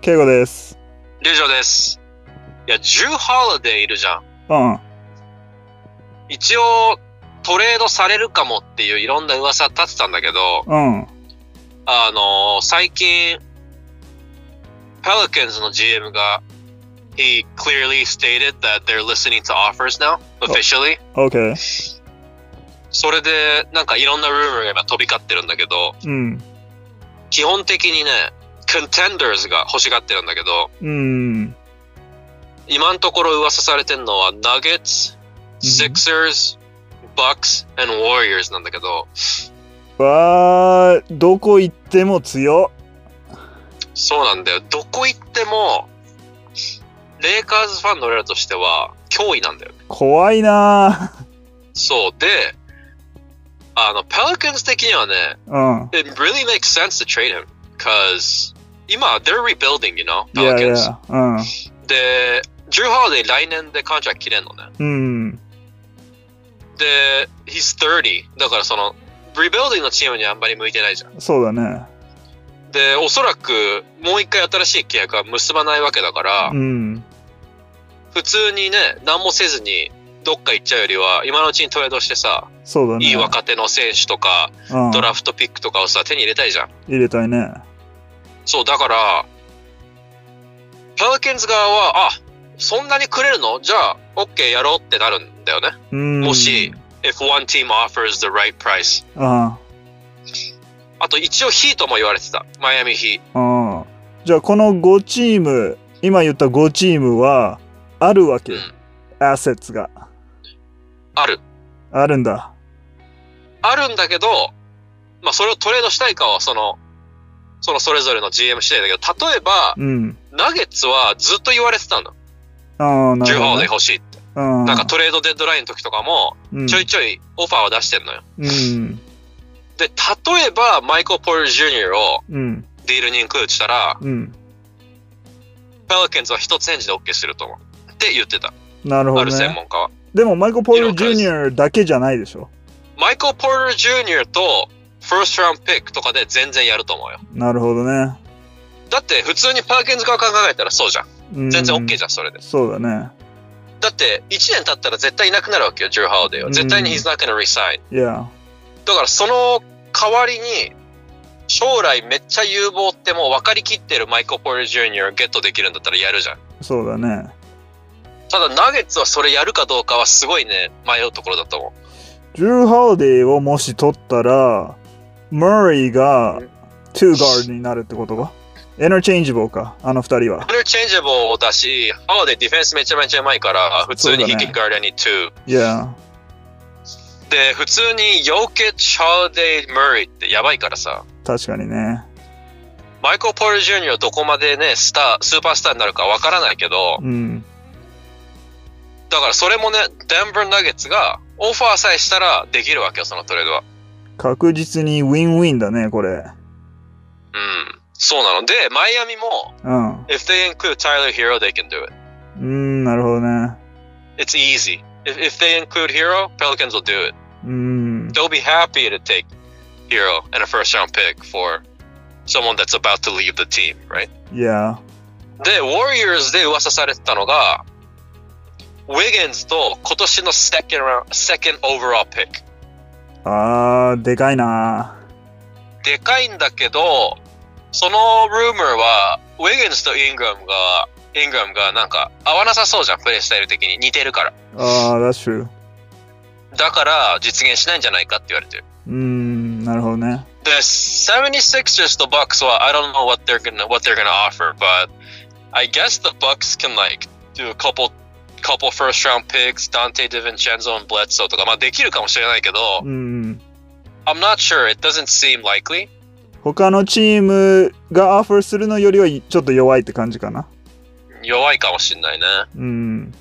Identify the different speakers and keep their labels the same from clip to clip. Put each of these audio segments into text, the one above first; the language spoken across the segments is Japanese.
Speaker 1: 敬語です。
Speaker 2: 龍城です。いや、ジュー・ハーラデーいるじゃん。
Speaker 1: うん。
Speaker 2: 一応、トレードされるかもっていういろんな噂立ってたんだけど、
Speaker 1: うん。
Speaker 2: あのー最近、Pelicans の GM が、He clearly stated that they're listening to offers now, officially.
Speaker 1: OK。
Speaker 2: それで、なんかいろんなルームが今飛び交ってるんだけど、
Speaker 1: うん。
Speaker 2: 基本的にね、Contenders が欲しがってるんだけど、
Speaker 1: うん。
Speaker 2: 今のところ噂されてるのは Nuggets、Sixers、Bucks and Warriors なんだけど、
Speaker 1: わー、どこ行っても強っ。
Speaker 2: そうなんだよ。どこ行っても、レイカーズファンの俺らとしては脅威なんだよね。
Speaker 1: 怖いな
Speaker 2: そう。で、あの、Pelicans 的にはね、
Speaker 1: ー。
Speaker 2: it really makes sense to trade him. Cause, 今、they're rebuilding, you know,
Speaker 1: うん。いやい
Speaker 2: Pelicans.
Speaker 1: や。うん。
Speaker 2: で、ジュー・ハーデー来年でコントラクト切れんのね。
Speaker 1: うん。
Speaker 2: で、he's 30. だからその、rebuilding のチームにあんまり向いてないじゃん。
Speaker 1: そうだね。
Speaker 2: で、おそらく、もう一回新しい契約は結ばないわけだから、
Speaker 1: うん。
Speaker 2: 普通にね、何もせずに、どっか行っちゃうよりは、今のうちにトレードしてさ、
Speaker 1: そうだね。
Speaker 2: いい若手の選手とか、
Speaker 1: うん。
Speaker 2: ドラフトピックとかをさ、手に入れたいじゃん。
Speaker 1: 入れたいね。
Speaker 2: そう、だから、パーケンズ側は、あ、そんなにくれるのじゃあ、OK やろうってなるんだよね。
Speaker 1: うん。
Speaker 2: もし。If one team offers the right price.
Speaker 1: あ
Speaker 2: あと、一応ヒートも言われてた。マイアミヒー。
Speaker 1: あ。うん。じゃあ、この5チーム、今言った5チームは、あるわけ
Speaker 2: うん。
Speaker 1: アセッツが。
Speaker 2: ある。
Speaker 1: あるんだ。
Speaker 2: あるんだけど、まあ、それをトレードしたいかは、その、そのそれぞれの GM 次第だけど、例えば、
Speaker 1: うん。の
Speaker 2: ナゲッツはずっと言われてたの。
Speaker 1: ああ、な
Speaker 2: ジュ
Speaker 1: る
Speaker 2: ー・
Speaker 1: ほど
Speaker 2: ハーデ
Speaker 1: ね
Speaker 2: ー。欲しいって。
Speaker 1: うん。
Speaker 2: なんかトレードデッドラインの時とかも、
Speaker 1: うん
Speaker 2: ちょいちょいオファーを出してんのよ。
Speaker 1: うん。
Speaker 2: で、例えば、マイコ・ポール・ジュニアを
Speaker 1: うん。
Speaker 2: ディールにインクルードしたら、
Speaker 1: うん。
Speaker 2: ペリケンズは一つ返事で OK すると思う。って言ってた。
Speaker 1: なる
Speaker 2: あ
Speaker 1: ほ
Speaker 2: る
Speaker 1: ど
Speaker 2: 専
Speaker 1: ね。
Speaker 2: 門家は。
Speaker 1: でも、マイコ・ポール・ジュニアだけじゃないでしょ。
Speaker 2: マイコ・ポール・ジュニアと、ファーストラウンドピックとかで全然やると思うよ。
Speaker 1: なるほどね。
Speaker 2: だって普通にパーケンズ側から考えたらそうじゃん。
Speaker 1: うん
Speaker 2: 全然 OK じゃん、それで。
Speaker 1: そうだね。
Speaker 2: だって1年経ったら絶対いなくなるわけよ、ジュー・ハーデー
Speaker 1: う
Speaker 2: は。
Speaker 1: ん
Speaker 2: 絶対に he's not gonna resign.
Speaker 1: いや。
Speaker 2: だからその代わりに、将来めっちゃ有望ってもう分かりきってるマイコ・ポール・ジュニアをゲットできるんだったらやるじゃん。
Speaker 1: そうだね。
Speaker 2: ただナゲッツはそれやるかどうかはすごいね、迷うところだと思う。
Speaker 1: ジュー・ハーデーをもし取ったら、マリーが2ガードになるってことか。エナチェンジボーか、あの二人は。
Speaker 2: アンチェンジャブルだし、ハーデーディフェンスめちゃめちゃうまいから、普通にヒ
Speaker 1: そうだね
Speaker 2: キガーデンに2。
Speaker 1: いや。
Speaker 2: で、普通にヨーケッチ、ハーデー、ムーリーってやばいからさ。
Speaker 1: 確かにね。
Speaker 2: マイコ・ポール・ジュニアはどこまでね、スター、スーパースターになるかわからないけど、
Speaker 1: うん。
Speaker 2: だからそれもね、デンバー・ナゲッツがオファーさえしたらできるわけよ、そのトレードは。
Speaker 1: 確実にウィンウィンだね、これ。
Speaker 2: うん。そうなの。で、マイアミも、
Speaker 1: うん。う
Speaker 2: if they include Tyler Hero, they can do it.
Speaker 1: ーん、なるほどね。
Speaker 2: It's easy. If, if they include Hero, Pelicans will do it.
Speaker 1: うーん。
Speaker 2: They'll be happy to take Hero and a first round pick for someone that's about to leave the team, right?
Speaker 1: いや。
Speaker 2: で、Warriors で噂されてたのが、ウィギンズと今年の second round, second overall pick。
Speaker 1: あー、でかいな。
Speaker 2: でかいんだけど、そのルームは、ウィギンズとイングラムが、イングラムがなんか合わなさそうじゃん、プレイスタイル的に。似てるから。
Speaker 1: あー、that's true。
Speaker 2: だから、実現しないんじゃないかって言われてる。
Speaker 1: うーん、なるほどね。
Speaker 2: で、76ers と Bucks は、I don't know what they're gonna, what they're gonna offer, but I guess the Bucks can like do a couple, couple first round picks, Dante DiVincenzo and Bledsoe とか、まあできるかもしれないけど
Speaker 1: う、ん。
Speaker 2: I'm not sure, it doesn't seem likely.
Speaker 1: 他のチームがオファーするのよりはちょっと弱いって感じかな。
Speaker 2: 弱いかもしんないね。
Speaker 1: うん。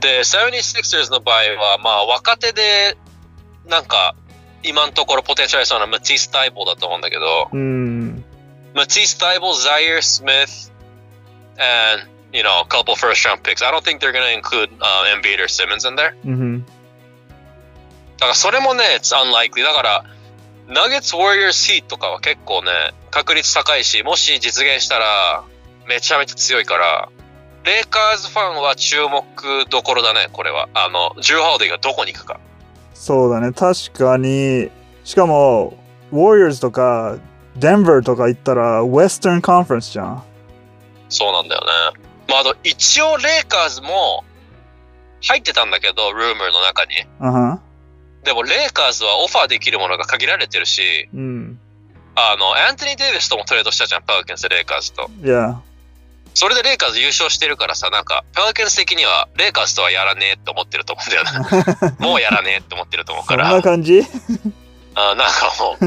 Speaker 2: で、76ers の場合は、まあ、若手で、なんか、今のところポテンシャルありそうなマティス・タイボーだと思うんだけど、
Speaker 1: うん。
Speaker 2: マティス・タイボー、ザイア・スミス、and, you know, a couple first round picks. I don't think they're going to include、uh, Embiid or Simmons in there.
Speaker 1: うん。
Speaker 2: だからそれもね、it's unlikely. だから、ナゲッツ・ウォリアーズ・ヒーとかは結構ね、確率高いし、もし実現したら、めちゃめちゃ強いから、レイカーズファンは注目どころだね、これは。あの、ジュー・ハウディがどこに行くか。
Speaker 1: そうだね、確かに。しかも、Warriors とか、Denver とか行ったら、Western Conference じゃん。
Speaker 2: そうなんだよね。まあ、あと、一応レイカーズも入ってたんだけど、ルームの中に。
Speaker 1: うんはん。
Speaker 2: でも、レイカーズはオファーできるものが限られてるし、
Speaker 1: うん。
Speaker 2: あの、アントニー・デイビスともトレードしたじゃん、パウキンス、レイカーズと。
Speaker 1: いや、
Speaker 2: それでレイカーズ優勝してるからさ、なんか、パウキンス的には、レイカーズとはやらねえって思ってると思うんだよね。 もうやらねえって思ってると思う
Speaker 1: そ
Speaker 2: か
Speaker 1: ん
Speaker 2: ら。
Speaker 1: な感じ
Speaker 2: あなんかもう、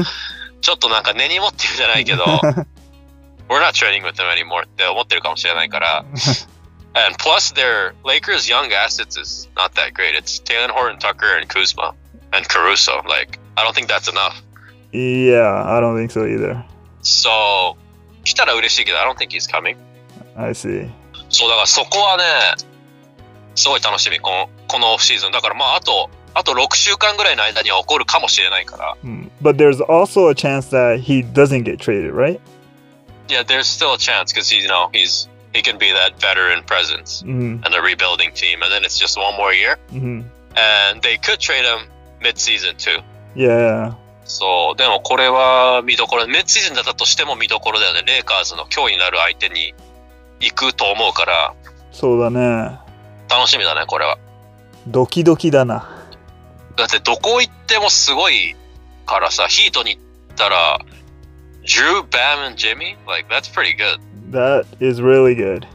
Speaker 2: ちょっとなんか根に持ってるじゃないけど、We're not trading with them anymore って思ってるかもしれないから。And plus, their Lakers' young assets is not that great. It's Taylor Horton Tucker and Kuzma and Caruso. Like, I don't think that's enough.
Speaker 1: Yeah, I don't think so either.
Speaker 2: So, 来たら嬉しいけど、I don't think he's coming.
Speaker 1: I see.
Speaker 2: そう、だからそこはね、すごい楽しみ、このこのオフシーズン。だからまあ、あと、あと6週間ぐらいの間には起こるかもしれないから。
Speaker 1: Mm. But there's also a chance that he doesn't get traded, right?
Speaker 2: Yeah, there's still a chance because you know he's he can be that veteran presence
Speaker 1: Mm
Speaker 2: and the rebuilding team, and then it's just one more year,
Speaker 1: hmm. Mm
Speaker 2: and they could trade him mid-season too.
Speaker 1: hmm. Yeah.
Speaker 2: そう、でもこれは見どころ、ミッシーズンだったとしても見どころだよね。レイカーズの脅威になる相手に行くと思うから、
Speaker 1: そうだね。
Speaker 2: 楽しみだね、これは。
Speaker 1: ドキドキだな。
Speaker 2: だってどこ行ってもすごいからさ、ヒートに行ったら、Drew, Bam, and Jimmy? Like, that's pretty good.
Speaker 1: That is really good.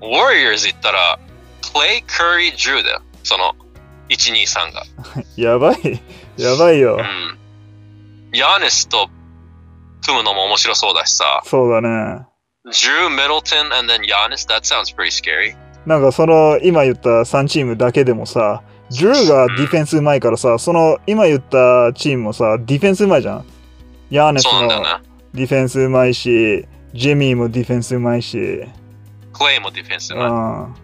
Speaker 2: Warriors 行ったら、Clay, Curry, Drew だよ。その、1、2、3が。
Speaker 1: やばい。やばいよ
Speaker 2: う。ん。ヤーネスと組むのも面白そうだしさ。
Speaker 1: そうだね。
Speaker 2: Drew, Middleton, and then Giannis, that sounds pretty scary.
Speaker 1: なんかその今言った3チームだけでもさ、ジューがディフェンスうまいからさ、その今言ったチームもさ、ディフェンスうまいじゃん。ヤーネス
Speaker 2: そうなん
Speaker 1: も
Speaker 2: だよね。
Speaker 1: ディフェンスうまいし、ジミーもディフェンスうまいし。
Speaker 2: Clay もディフェンス
Speaker 1: う
Speaker 2: うまい。あ
Speaker 1: ん。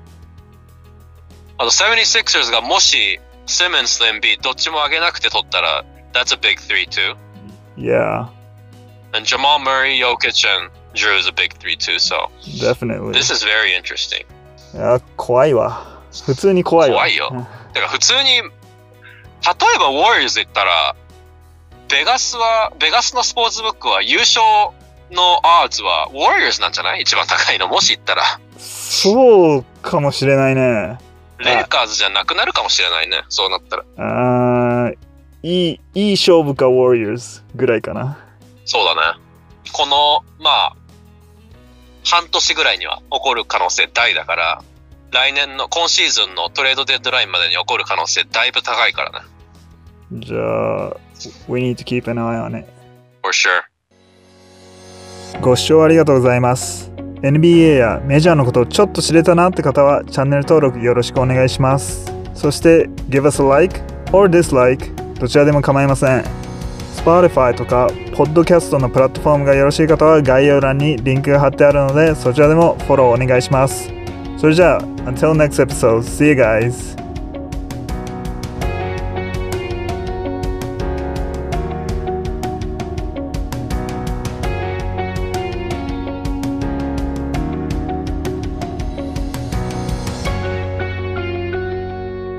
Speaker 2: と 76ers がもし、Simmons と MB どっちも上げなくて取ったら、that's a big three too.
Speaker 1: Yeah,
Speaker 2: And Jamal Murray, Jokic, and Drew is a big three too, so
Speaker 1: definitely.
Speaker 2: this is very interesting.
Speaker 1: いや、怖いわ。普通に怖いわ。
Speaker 2: 怖いよだから普通に、例えば Warriors 行ったら、ベガスは、ベガスのスポーツブックは優勝のアーツは Warriors なんじゃない一番高いの。もし行ったら、
Speaker 1: そうかもしれないね。
Speaker 2: レイカーズじゃなくなるかもしれないね。そうなったら。
Speaker 1: あーいい、いい勝負か、Warriors ぐらいかな。
Speaker 2: そうだね。この、まあ、半年ぐらいには起こる可能性大だから、来年の、今シーズンのトレードデッドラインまでに起こる可能性だいぶ高いからね。
Speaker 1: じゃあ、We need to keep an eye on it.
Speaker 2: For sure.
Speaker 1: ご視聴ありがとうございます。NBA やメジャーのことをちょっと知れたなって方はチャンネル登録よろしくお願いします。そして、give us a like or dislike どちらでも構いません。Spotify とか Podcast のプラットフォームがよろしい方は概要欄にリンクが貼ってあるのでそちらでもフォローお願いします。それじゃあ、until next episode, see you guys!